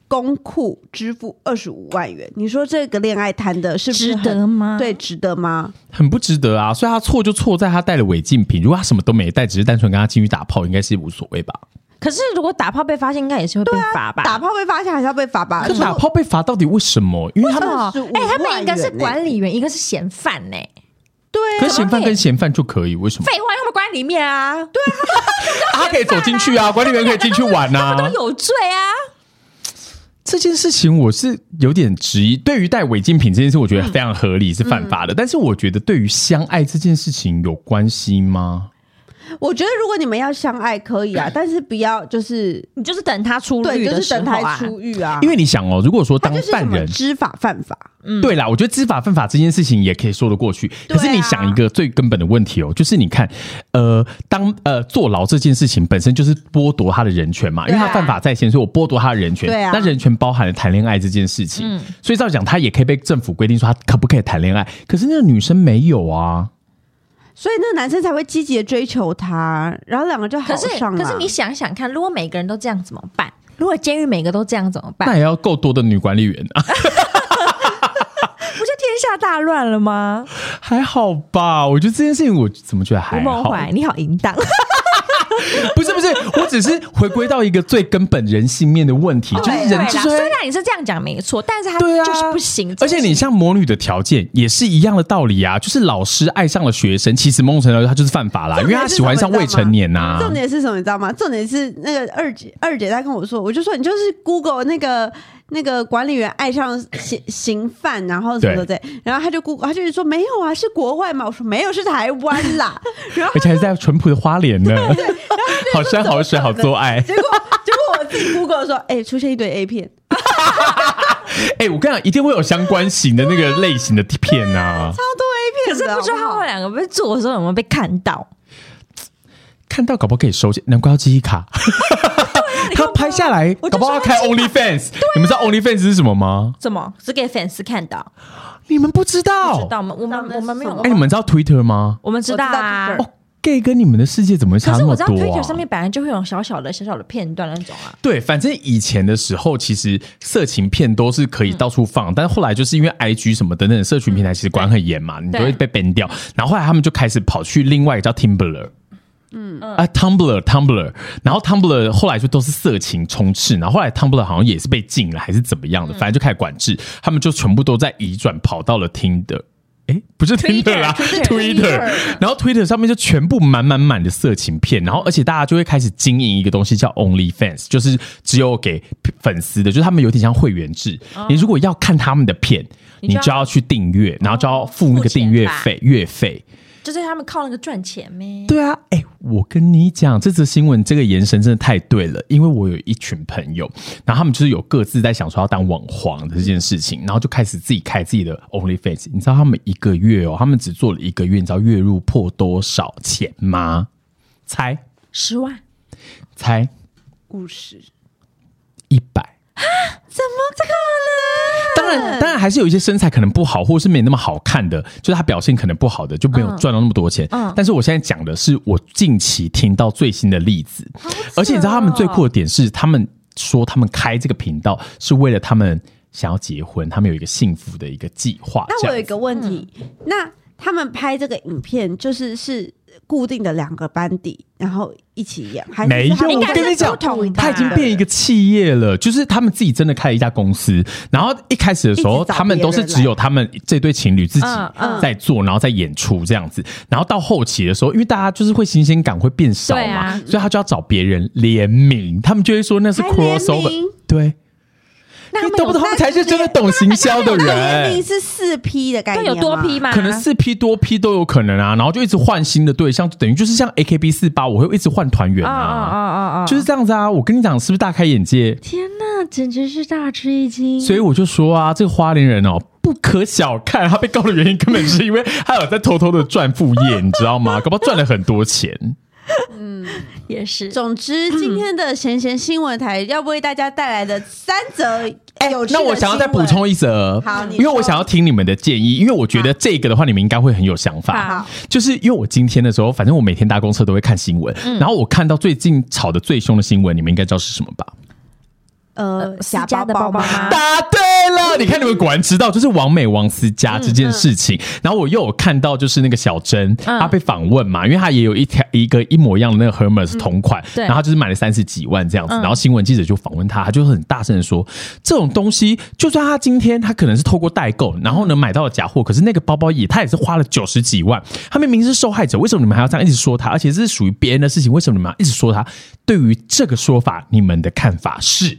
Speaker 2: 公库支付二十五万元。你说这个恋爱谈的是不是
Speaker 3: 值
Speaker 2: 很
Speaker 3: 得？吗？
Speaker 2: 对，值得吗？
Speaker 1: 很不值得啊！所以他错就错在他带了违禁品，如果他什么都没带，只是单纯跟他进去打炮，应该是无所谓吧？
Speaker 3: 可是如果打炮被发现，应该也是会被罚吧？
Speaker 2: 打炮被发现还是要被罚吧？
Speaker 1: 可打炮被罚到底为什么？因为他
Speaker 2: 为
Speaker 1: 们
Speaker 2: 什么
Speaker 3: 哦
Speaker 2: 25
Speaker 3: 哎、他们
Speaker 2: 万
Speaker 3: 一个是
Speaker 2: 元呢
Speaker 3: 管理员，一个是嫌犯欸呢、
Speaker 2: 对
Speaker 1: 可
Speaker 2: 啊，
Speaker 1: 是嫌犯跟嫌犯就可以，为什么？
Speaker 3: 废话，他们关在里面啊，对，
Speaker 1: 他可以走进去啊，管理员可以进去玩啊。
Speaker 3: 都有罪啊。
Speaker 1: 这件事情我是有点质疑。对于带违禁品这件事，我觉得非常合理，是犯
Speaker 2: 嗯
Speaker 1: 法的。但是我觉得对于相爱这件事情有关系吗？
Speaker 2: 我觉得如果你们要相爱可 以啊，但是不要就是
Speaker 3: 你就是等他出
Speaker 2: 对，
Speaker 3: 狱
Speaker 2: 就
Speaker 3: 的
Speaker 2: 是
Speaker 3: 时
Speaker 2: 等
Speaker 3: 候
Speaker 2: 他
Speaker 3: 啊，
Speaker 2: 出狱啊，
Speaker 1: 因为你想哦，如果说
Speaker 2: 他
Speaker 1: 当
Speaker 2: 就是什
Speaker 1: 犯
Speaker 2: 么
Speaker 1: 人，
Speaker 2: 知法犯法，
Speaker 1: 对啦，我觉得知法犯法这件事情也可以说得过去。可
Speaker 2: 对啊
Speaker 1: 是你想一个最根本的问题哦，就是你看，呃，当呃坐牢这件事情本身就是剥夺他的人权嘛，因为他
Speaker 2: 对啊
Speaker 1: 犯法在先，所以我剥夺他的人权。
Speaker 2: 对啊
Speaker 1: 那人权包含了谈恋爱这件事情，所以照讲他也可以被政府规定说他可不可以谈恋爱。可是那个女生没有啊。
Speaker 2: 所以那个男生才会积极的追求她，然后两个就好
Speaker 3: 可是
Speaker 2: 上了。啊
Speaker 3: 可是你想想看，如果每个人都这样怎么办？如果监狱每个都这样怎么办
Speaker 1: 那？也要够多的女管理员啊，
Speaker 3: 不就天下大乱了吗？
Speaker 1: 还好吧？我觉得这件事情我怎么觉得
Speaker 3: 吴
Speaker 1: 还
Speaker 3: 梦
Speaker 1: 好？
Speaker 3: 怀，你好淫荡，
Speaker 1: 不是不是，我只是回归到一个最根本人性面的问题，就
Speaker 3: 哦对
Speaker 1: 是
Speaker 3: 对
Speaker 1: 人
Speaker 3: 啦。
Speaker 1: 之所以
Speaker 3: 虽然你是这样讲没错，但是他
Speaker 1: 对啊
Speaker 3: 就是不行。
Speaker 1: 而且你像魔女的条件也是一样的道理啊，就是老师爱上了学生，其实某种程度上他就是犯法啦，因为他喜欢上未成年呐、
Speaker 2: 重点是什么？你知道吗？重点是那个二姐，二姐在跟我说，我就说你就是 Google 那个那个管理员爱上刑刑犯，然后什么的，然后他就 Google，他就是说没有啊，是国外嘛？我说没有，是台湾 啦。然后
Speaker 1: 而且还是在淳朴的花莲呢， 好山好水好做爱。
Speaker 2: 结果结果我自己 Google 说，哎、出现一堆 A 片，
Speaker 1: 哎、我跟你讲，一定会有相关型的那个类型的片啊。
Speaker 2: 超多
Speaker 3: 可
Speaker 2: A 片的，
Speaker 3: 是不知道
Speaker 2: 好
Speaker 3: 他
Speaker 2: 好
Speaker 3: 们两个被做的时候有没有被看到？
Speaker 1: 看到搞不好可以收钱，难怪要记忆卡。
Speaker 3: 啊
Speaker 1: 他拍下来，
Speaker 3: 我
Speaker 1: 搞
Speaker 3: 就
Speaker 1: 不好要
Speaker 3: 说
Speaker 1: 开 OnlyFans。你
Speaker 3: 啊
Speaker 1: 们知道 OnlyFans 是什么吗？
Speaker 3: 怎么只给粉丝看到？
Speaker 1: 你们不知道？
Speaker 3: 知道吗？我们
Speaker 2: 那是
Speaker 3: 我们没有
Speaker 2: 什么，
Speaker 1: 哦哎、你们知道 Twitter 吗？
Speaker 3: 我们知道啊
Speaker 2: 我知道。Twitter
Speaker 1: 哦，gay 跟你们的世界怎么会差
Speaker 3: 可是
Speaker 1: 那么
Speaker 3: 我
Speaker 1: 多
Speaker 3: 知
Speaker 1: 啊？
Speaker 3: 道 Twitter 上面本来就会有小小的、小小的片段那种啊。
Speaker 1: 对，反正以前的时候，其实色情片都是可以到处放，但是后来就是因为 I G 什么等等的社群平台其实管很严嘛，你都会被 ban 掉。然后后来他们就开始跑去另外一个叫 Tumblr。嗯啊，Tumblr Tumblr，然后 Tumblr 后来就都是色情充斥，然后后来 Tumblr 好像也是嗯被禁了还是怎么样的，反正就开始管制，他们就全部都在移转跑到了 Tinder。哎，不是
Speaker 3: Twitter，
Speaker 1: Tinder 啦
Speaker 3: Twitter
Speaker 1: ，Twitter，然后 Twitter 上面就全部满满满的色情片，然后而且大家就会开始经营一个东西叫 OnlyFans，就是只有给粉丝的，就是他们有点像会员制。你如果要看他们的片，
Speaker 3: 哦你
Speaker 1: 你
Speaker 3: 就要
Speaker 1: 就要去订阅，然后就要付那个
Speaker 3: 付钱
Speaker 1: 订阅
Speaker 3: 吧
Speaker 1: 费，月费。
Speaker 3: 就是他们靠那个赚钱咩？
Speaker 1: 对啊，哎、我跟你讲，这则新闻这个延伸真的太对了，因为我有一群朋友，然后他们就是有各自在想说要当网黄的这件事情，然后就开始自己开自己的 OnlyFans。你知道他们一个月哦，他们只做了一个月，你知道月入破多少钱吗？猜
Speaker 3: 十万？
Speaker 1: 猜
Speaker 2: 五十，
Speaker 1: 一百。
Speaker 3: 怎么可能？
Speaker 1: 当然，当然还是有一些身材可能不好，或是没那么好看的，就是他表现可能不好的，就没有赚到那么多钱。
Speaker 3: 嗯
Speaker 1: 但是我现在讲的是我近期听到最新的例子，
Speaker 2: 啊
Speaker 1: 而且你知道他们最酷的点是，他们说他们开这个频道是为了他们想要结婚，他们有一个幸福的一个计划。
Speaker 2: 那
Speaker 1: 这
Speaker 2: 我
Speaker 1: 样嗯
Speaker 2: 有一个问题，那他们拍这个影片就是是固定的两个班底，然后一起演，还是
Speaker 1: 没有
Speaker 2: 是他们
Speaker 1: 我跟你讲
Speaker 2: 不同的
Speaker 1: 他已经变一个企业了，就是他们自己真的开了一家公司。然后一开始的时候，
Speaker 2: 一直找
Speaker 1: 他们都是只有他们这对情侣自己
Speaker 3: 嗯嗯
Speaker 1: 在做，然后在演出这样子。然后到后期的时候，因为大家就是会新鲜感会变少
Speaker 3: 对
Speaker 1: 嘛，
Speaker 3: 啊
Speaker 1: 所以他就要找别人联名，他们就会说那是
Speaker 2: 还联
Speaker 1: crossover
Speaker 2: 名。
Speaker 1: 对，
Speaker 3: 那他
Speaker 1: 你
Speaker 3: 们
Speaker 1: 懂不
Speaker 3: 有
Speaker 1: 懂？他们才是真的懂行销的
Speaker 2: 那年龄
Speaker 1: 人。
Speaker 2: 是四批的概
Speaker 3: 那
Speaker 2: 念吗，
Speaker 3: 有多批吗？
Speaker 1: 可能四批多批都有可能啊，然后就一直换新的对象，就等于就是像 A K B 四八，我会一直换团员
Speaker 3: 啊啊
Speaker 1: 啊，
Speaker 3: 啊啊啊！
Speaker 1: 就是这样子啊。我跟你讲，是不是大开眼界？
Speaker 3: 天哪，简直是大吃一惊！
Speaker 1: 所以我就说啊，这个花莲人哦，不可小看。他被告的原因根本是因为他有在偷偷的赚副业，你知道 吗？搞不好赚了很多钱。
Speaker 3: 也是
Speaker 2: 总之，今天的闲闲新闻台要为大家带来的三则有趣的
Speaker 1: 哎那我想要再补充一则，
Speaker 2: 好你
Speaker 1: 因为我
Speaker 2: 说
Speaker 1: 想要听你们的建议，因为我觉得这个的话，你们应该会很有想法。
Speaker 3: 好
Speaker 2: 好，
Speaker 1: 就是因为我今天的时候，反正我每天搭公车都会看新闻，
Speaker 2: 嗯
Speaker 1: 然后我看到最近吵得最凶的新闻，你们应该知道是什么吧？
Speaker 2: 呃
Speaker 3: 私家的包包吗
Speaker 1: 答对
Speaker 3: 嗯
Speaker 1: 了，你看你们果然知道，就是王美王思佳这件事情。然后我又有看到，就是那个小珍，
Speaker 3: 嗯
Speaker 1: 她被访问嘛，因为她也有一条一个一模一样的那个 Hermes 同款，
Speaker 3: 嗯对
Speaker 1: 然后她就是买了三十几万这样子。
Speaker 3: 嗯
Speaker 1: 然后新闻记者就访问她，她就很大声的说，这种东西，就算她今天她可能是透过代购，然后呢买到了假货，
Speaker 3: 嗯
Speaker 1: 可是那个包包也她也是花了九十几万，她明明是受害者，为什么你们还要这样一直说她？而且这是属于别人的事情，为什么你们要一直说她？对于这个说法，你们的看法是？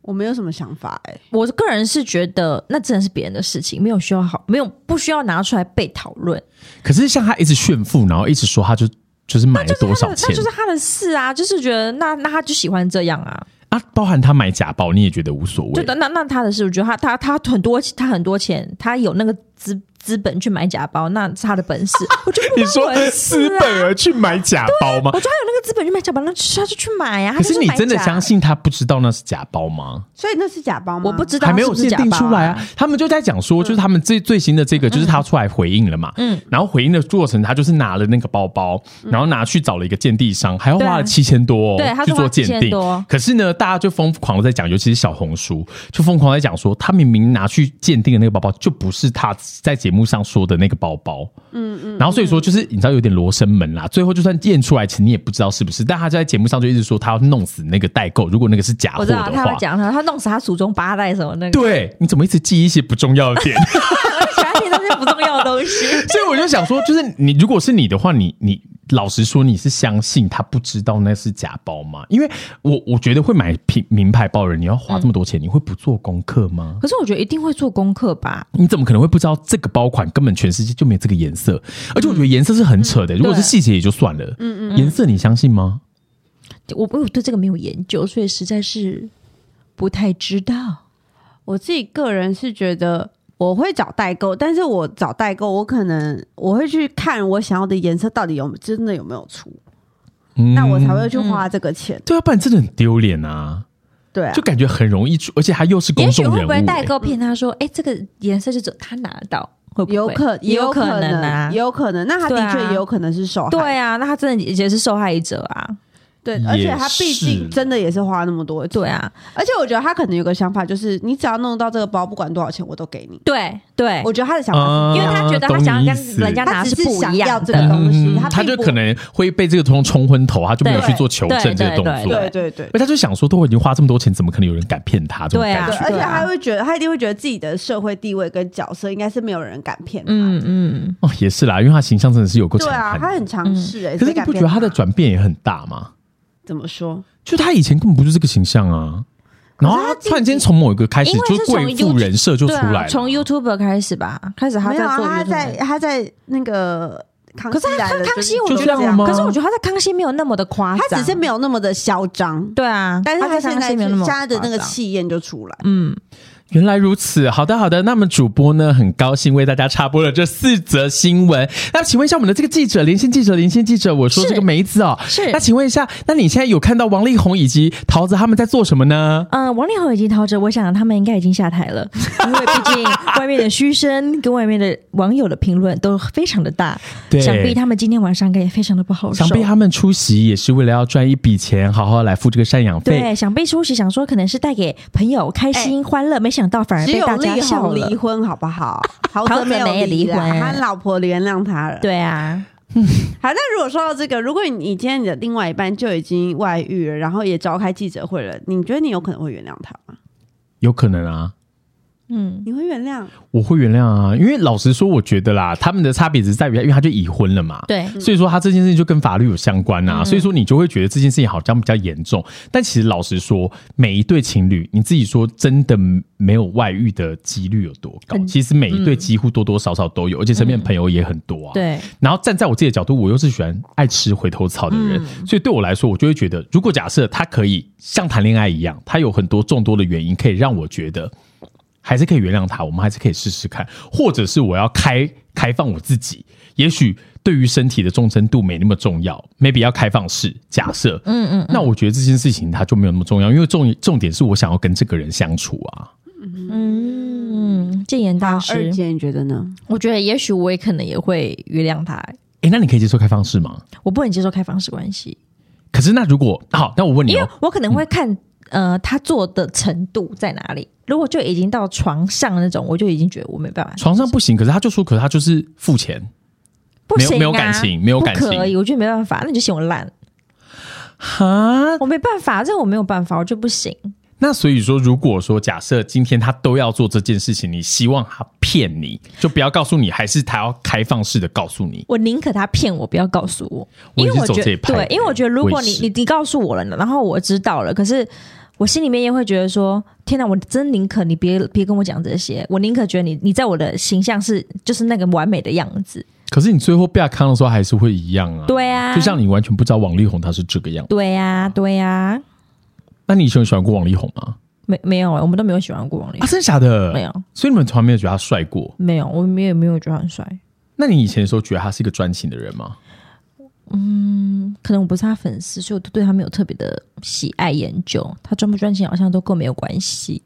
Speaker 2: 我没有什么想法哎、
Speaker 3: 我个人是觉得那真的是别人的事情，没有需要好，没有不需要拿出来被讨论。
Speaker 1: 可是像他一直炫富，然后一直说他就就是买了多少
Speaker 3: 那
Speaker 1: 钱
Speaker 3: 就是他的事啊，就是觉得那那他就喜欢这样啊，
Speaker 1: 啊，包含他买假包，你也觉得无所
Speaker 3: 就
Speaker 1: 谓。
Speaker 3: 那那那他的事，我觉得他他他很多他很多钱，他有那个资资本去买假包，那是他的本事。我觉得
Speaker 1: 你
Speaker 3: 不关
Speaker 1: 说
Speaker 3: 我的事
Speaker 1: 资
Speaker 3: 啊，
Speaker 1: 本而去买假包吗
Speaker 3: 我？觉得他有那个资本去买假包，那他就去买啊。
Speaker 1: 可是
Speaker 3: 他就
Speaker 1: 你
Speaker 3: 买
Speaker 1: 真的
Speaker 3: 假
Speaker 1: 相？信他不知道那是假包吗？
Speaker 2: 所以那是假包吗？
Speaker 3: 我不知道
Speaker 1: 还没有
Speaker 3: 是不是
Speaker 1: 鉴
Speaker 3: 假嗯
Speaker 1: 定
Speaker 3: 包
Speaker 1: 出来啊。他们就在讲说，就是他们最最新的这个，就是他出来回应了嘛。嗯，然后回应的过程，他就是拿了那个包包，然后拿去找了一个鉴定商，还要花了七千多哦，
Speaker 3: 嗯对他
Speaker 1: 去
Speaker 3: 说
Speaker 1: 做
Speaker 3: 花
Speaker 1: 鉴定
Speaker 3: 7000多。
Speaker 1: 可是呢，大家就疯狂的在讲，尤其是小红书，就疯狂地在讲说，他明明拿去鉴定的那个包包，就不是他在节目上说的那个包包。嗯嗯。然后所以说，就是你知道有点罗生门啦。最后就算验出来，其实你也不知道是不是。但他就在节目上就一直说，他要弄死那个代购，如果那个是假
Speaker 3: 我
Speaker 1: 货
Speaker 3: 知
Speaker 1: 的
Speaker 3: 道他
Speaker 1: 话
Speaker 3: 会。讲他，他弄死他祖宗八代什么那个，
Speaker 1: 对，你怎么一直记一些不重要 的点？
Speaker 3: 喜欢听那些不重要的东西。
Speaker 1: 所以我就想说，就是你如果是你的话，你你老实说，你是相信他不知道那是假包吗？因为我我觉得会买品名牌包的人，你要花这么多钱，你会不做功课吗？
Speaker 3: 可是我觉得一定会做功课吧，
Speaker 1: 你怎么可能会不知道这个包款根本全世界就没有这个颜色？而且我觉得颜色是很扯
Speaker 3: 嗯
Speaker 1: 的，如果是细节也就算了，嗯嗯，颜色你相信吗？
Speaker 3: 我我对这个没有研究，所以实在是不太知道。
Speaker 2: 我自己个人是觉得我会找代购，但是我找代购，我可能我会去看我想要的颜色到底有真的有没有出，
Speaker 1: 嗯，
Speaker 2: 那我才会去花这个钱。
Speaker 1: 对啊，不然真的很丢脸啊，
Speaker 2: 对啊
Speaker 1: 就，感觉很容易出，而且他又是公
Speaker 3: 也许
Speaker 1: 众
Speaker 3: 会
Speaker 1: 人
Speaker 3: 不
Speaker 1: 物、
Speaker 3: 会代
Speaker 1: 欸。
Speaker 3: 购骗他说，哎、这个颜色就只有他拿到，会不会？
Speaker 2: 有可
Speaker 3: 也有
Speaker 2: 可
Speaker 3: 能啊
Speaker 2: 也。有可能。那他
Speaker 3: 对
Speaker 2: 的
Speaker 3: 啊
Speaker 2: 确也有可能是受害。
Speaker 3: 对啊，那他真的也是受害者啊！
Speaker 2: 对
Speaker 1: 也，
Speaker 2: 而且他毕
Speaker 1: 是
Speaker 2: 竟真的也是花那么多，
Speaker 3: 对，啊，
Speaker 2: 而且我觉得他可能有个想法，就是你只要弄到这个包，不管多少钱我都给你。
Speaker 3: 对对，
Speaker 2: 我觉得他的想法
Speaker 3: 因为他觉得他想要跟人
Speaker 1: 啊
Speaker 3: 家拿
Speaker 2: 他只
Speaker 3: 是
Speaker 2: 是
Speaker 3: 不
Speaker 2: 想
Speaker 3: 一
Speaker 2: 要
Speaker 3: 样
Speaker 2: 这个
Speaker 3: 的，
Speaker 2: 东西，
Speaker 1: 嗯，他
Speaker 2: 并
Speaker 1: 就
Speaker 2: 不
Speaker 1: 可能会被这个东西冲昏头，他就没有去做求证
Speaker 3: 对
Speaker 1: 这个动
Speaker 2: 是
Speaker 3: 对
Speaker 1: 作。
Speaker 2: 对对对
Speaker 1: 哎而且他就想说，都已经花这么多钱，怎么可能有人敢骗他？这种
Speaker 3: 对啊
Speaker 1: 感
Speaker 2: 对，
Speaker 1: 觉。
Speaker 2: 而且
Speaker 3: 对啊
Speaker 2: 他会觉得他一定会觉得自己的社会地位跟角色应该是没有人敢骗他。
Speaker 3: 嗯嗯，
Speaker 1: 哦，也是啦，因为他形象真的是有够
Speaker 2: 对
Speaker 1: 强
Speaker 2: 啊，
Speaker 1: 悍的
Speaker 2: 他很强势哎、欸，
Speaker 1: 可是
Speaker 2: 谁
Speaker 1: 你
Speaker 2: 敢
Speaker 1: 不觉
Speaker 2: 骗
Speaker 1: 得他的转变也很大吗？
Speaker 2: 怎么说？
Speaker 1: 就他以前根本不是这个形象啊，然后他突然间从某一个开始，
Speaker 3: 因为
Speaker 1: 就是是贵
Speaker 3: 从
Speaker 1: 妇
Speaker 3: YouTube-
Speaker 1: 人设就出
Speaker 3: 对
Speaker 1: 来
Speaker 3: 啊，
Speaker 1: 了，
Speaker 3: 从 YouTuber 开始吧，开始他
Speaker 2: 没
Speaker 3: 在
Speaker 2: 有啊，
Speaker 3: 做
Speaker 2: 他
Speaker 3: YouTuber
Speaker 2: 在他在那个康
Speaker 3: 可是
Speaker 2: 熙
Speaker 3: 他
Speaker 2: 来
Speaker 3: 他
Speaker 2: 了
Speaker 3: 康熙，我
Speaker 2: 就
Speaker 1: 觉
Speaker 2: 是
Speaker 1: 得
Speaker 2: 这
Speaker 1: 这样吗
Speaker 2: 样，
Speaker 3: 可是我觉得他在康熙没有那么的夸
Speaker 2: 他
Speaker 3: 张，
Speaker 2: 只是没有那么的嚣张，
Speaker 3: 对啊，
Speaker 2: 但是
Speaker 3: 他在
Speaker 2: 现
Speaker 3: 康
Speaker 2: 在
Speaker 3: 熙没有
Speaker 2: 是
Speaker 3: 那么
Speaker 2: 现在的那个
Speaker 3: 夸张
Speaker 2: 气焰就出来。
Speaker 3: 嗯，
Speaker 1: 原来如此，好的好的，那么主播呢，很高兴为大家插播了这四则新闻。那请问一下我们的这个记者，连线记者，连线记者，我说
Speaker 3: 是
Speaker 1: 这个梅子哦，
Speaker 3: 是
Speaker 1: 那请问一下，那你现在有看到王力宏以及桃子他们在做什么呢？
Speaker 3: 嗯，王力宏以及陶喆，我想他们应该已经下台 了，因为毕竟外面的嘘声跟外面的网友的评论都非常的大，
Speaker 1: 对
Speaker 3: 想必他们今天晚上应该也非常的不好受。
Speaker 1: 想必他们出席也是为了要赚一笔钱，好好来付这个赡养费。
Speaker 3: 对，想必出席想说可能是带给朋友开
Speaker 1: 哎
Speaker 3: 心欢乐，没想到反而
Speaker 2: 只
Speaker 3: 被
Speaker 2: 有
Speaker 3: 大家
Speaker 2: 力
Speaker 3: 笑
Speaker 2: 宏
Speaker 3: 了
Speaker 2: 离。婚好不 好？陶
Speaker 3: 陶
Speaker 2: 喆
Speaker 3: 喆
Speaker 2: 没有
Speaker 3: 没离
Speaker 2: 啦
Speaker 3: 婚
Speaker 2: 他老婆原谅他了。
Speaker 3: 对啊，
Speaker 2: 好，那如果说到这个，如果你今天你的另外一半就已经外遇了，然后也召开记者会了，你觉得你有可能会原谅他吗？
Speaker 1: 有可能啊，
Speaker 3: 嗯，
Speaker 2: 你会原谅？
Speaker 1: 我会原谅啊，因为老实说，我觉得啦，他们的差别只是在于，因为他就已婚了嘛，
Speaker 3: 对，
Speaker 1: 所以说他这件事情就跟法律有相关
Speaker 3: 嗯
Speaker 1: 啊，所以说你就会觉得这件事情好像比较严重。但其实老实说，每一对情侣，你自己说真的没有外遇的几率有多高？
Speaker 3: 很嗯
Speaker 1: 其实每一对几乎多多少少都有，而且身边的朋友也很多啊。。
Speaker 3: 对，
Speaker 1: 然后站在我自己的角度，我又是喜欢爱吃回头草的人，
Speaker 3: 嗯
Speaker 1: 所以对我来说，我就会觉得，如果假设他可以像谈恋爱一样，他有很多众多的原因可以让我觉得还是可以原谅他，我们还是可以试试看，或者是我要开开放我自己，也许对于身体的忠诚度没那么重要，maybe 要开放式假设，嗯嗯，那我觉得这件事情它就没有那么重要，因为重重点是我想要跟这个人相处啊，
Speaker 3: 嗯，建言大
Speaker 2: 二
Speaker 3: 师，
Speaker 2: 姐，你觉得呢？
Speaker 3: 我觉得也许我也可能也会原谅他，
Speaker 1: 诶，那你可以接受开放式吗？
Speaker 3: 我不能接受开放式关系。
Speaker 1: 可是那如果好，那我问你、
Speaker 3: 因
Speaker 1: 哦，
Speaker 3: 为我可能会看、呃他做的程度在哪里。如果就已经到床上那种，我就已经觉得我没办法，
Speaker 1: 床上不行，可是他就说，可是他就是付钱，
Speaker 3: 不
Speaker 1: 没有
Speaker 3: 行、啊，
Speaker 1: 没有感情没有感情
Speaker 3: 不可以，我觉得没办法，那你就嫌我 烂，
Speaker 1: 哈，
Speaker 3: 我没办法，这我没有办法，我就不行。
Speaker 1: 那所以说，如果说假设今天他都要做这件事情，你希望他骗你，就不要告诉你，还是他要开放式的告诉你？
Speaker 3: 我宁可他骗我，不要告诉我，
Speaker 1: 我
Speaker 3: 因
Speaker 1: 也
Speaker 3: 为
Speaker 1: 是
Speaker 3: 我
Speaker 1: 走
Speaker 3: 觉
Speaker 1: 这一
Speaker 3: 得
Speaker 1: 派的
Speaker 3: 对，因为我觉得如
Speaker 1: 我
Speaker 3: 果
Speaker 1: 也
Speaker 3: 你
Speaker 1: 是
Speaker 3: 你你告诉我了，然后我知道了，可是我心里面也会觉得说，天哪，我真宁可你别别跟我讲这些，我宁可觉得你你在我的形象是就是那个完美的样子，
Speaker 1: 可是你最后被他康的时候，还是会一样啊。
Speaker 3: 对啊
Speaker 1: 就像你完全不知道王力宏他是这个样子。
Speaker 3: 对呀、对啊呀、
Speaker 1: 那你以前有喜欢过王力宏吗？
Speaker 3: 没没有、我们都没有喜欢过王力
Speaker 1: 啊，
Speaker 3: 宏，
Speaker 1: 真的假的？
Speaker 3: 没有。
Speaker 1: 所以你们从来没有觉得他帅过？
Speaker 3: 没有，我没有没有觉得他很帅，
Speaker 1: 那你以前的时候觉得他是一个专情的人吗？
Speaker 3: 可能我不是他粉丝，所以我对他没有特别的喜爱研究。他专不专情好像都跟我没有关系。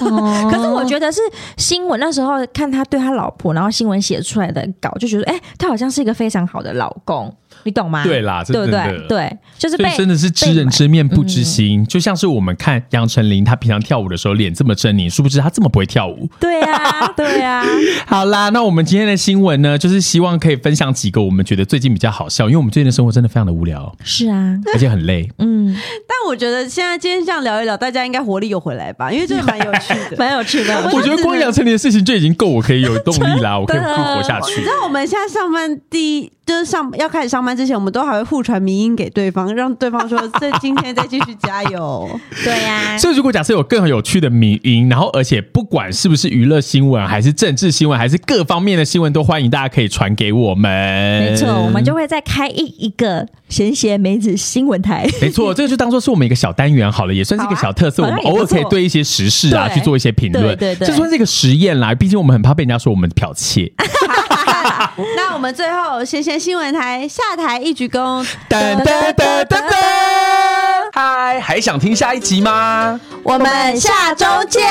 Speaker 1: 哦
Speaker 3: 可是我觉得是新闻那时候看他对他老婆，然后新闻写出来的稿，就觉得哎、他好像是一个非常好的老公，你懂吗？
Speaker 1: 对啦，这
Speaker 3: 啊对
Speaker 1: 真
Speaker 3: 不
Speaker 1: 的
Speaker 3: 对？对，就是
Speaker 1: 所
Speaker 3: 被嗯
Speaker 1: 以真的是知人知面不知心，就像是我们看杨丞琳，她平常跳舞的时候脸这么狰狞，殊不知她这么不会跳舞。
Speaker 3: 对啊， 对啊，
Speaker 1: 好啦，那我们今天的新闻呢，就是希望可以分享几个我们觉得最近比较好笑，因为我们最近的生活真的非常的无 聊，
Speaker 3: 是啊，
Speaker 1: 而且很累。
Speaker 3: 嗯，
Speaker 2: 但我觉得现在今天这样聊一聊，大家应该活力有回来吧，因为 这个蛮有趣的。
Speaker 3: 蛮有趣的。
Speaker 1: 我觉得光杨丞琳的事情就已经够我可以有动力啦，我可以活下
Speaker 2: 你
Speaker 1: 去
Speaker 2: 知。道我们现在上班第一就是上要开始上班之前，我们都还会互传迷音给对方，让对方说这今天再继续加油。
Speaker 3: 对啊 呀、
Speaker 1: 所以，如果假设有更有趣的迷音，然后而且不管是不是娱乐新闻，还是政治新闻，还是各方面的新闻，都欢迎大家可以传给我们。
Speaker 3: 没错，我们就会再开一一个闲闲梅子新闻台。
Speaker 1: 没错，这个就当做是我们一个小单元好了，也算是一个小特色。
Speaker 3: 好
Speaker 1: 我
Speaker 3: 啊
Speaker 1: 们
Speaker 3: 好像
Speaker 1: 偶尔
Speaker 3: 也不错
Speaker 1: 可以对一些时事啊
Speaker 3: 对
Speaker 1: 去做一些评论，
Speaker 3: 对对对
Speaker 1: 这算是一个实验啦。毕竟我们很怕被人家说我们剽窃。
Speaker 2: 那我们最后先先新闻台下台一鞠躬，
Speaker 1: 噔噔噔噔噔，嗨，还想听下一集吗？
Speaker 2: 我们下周见。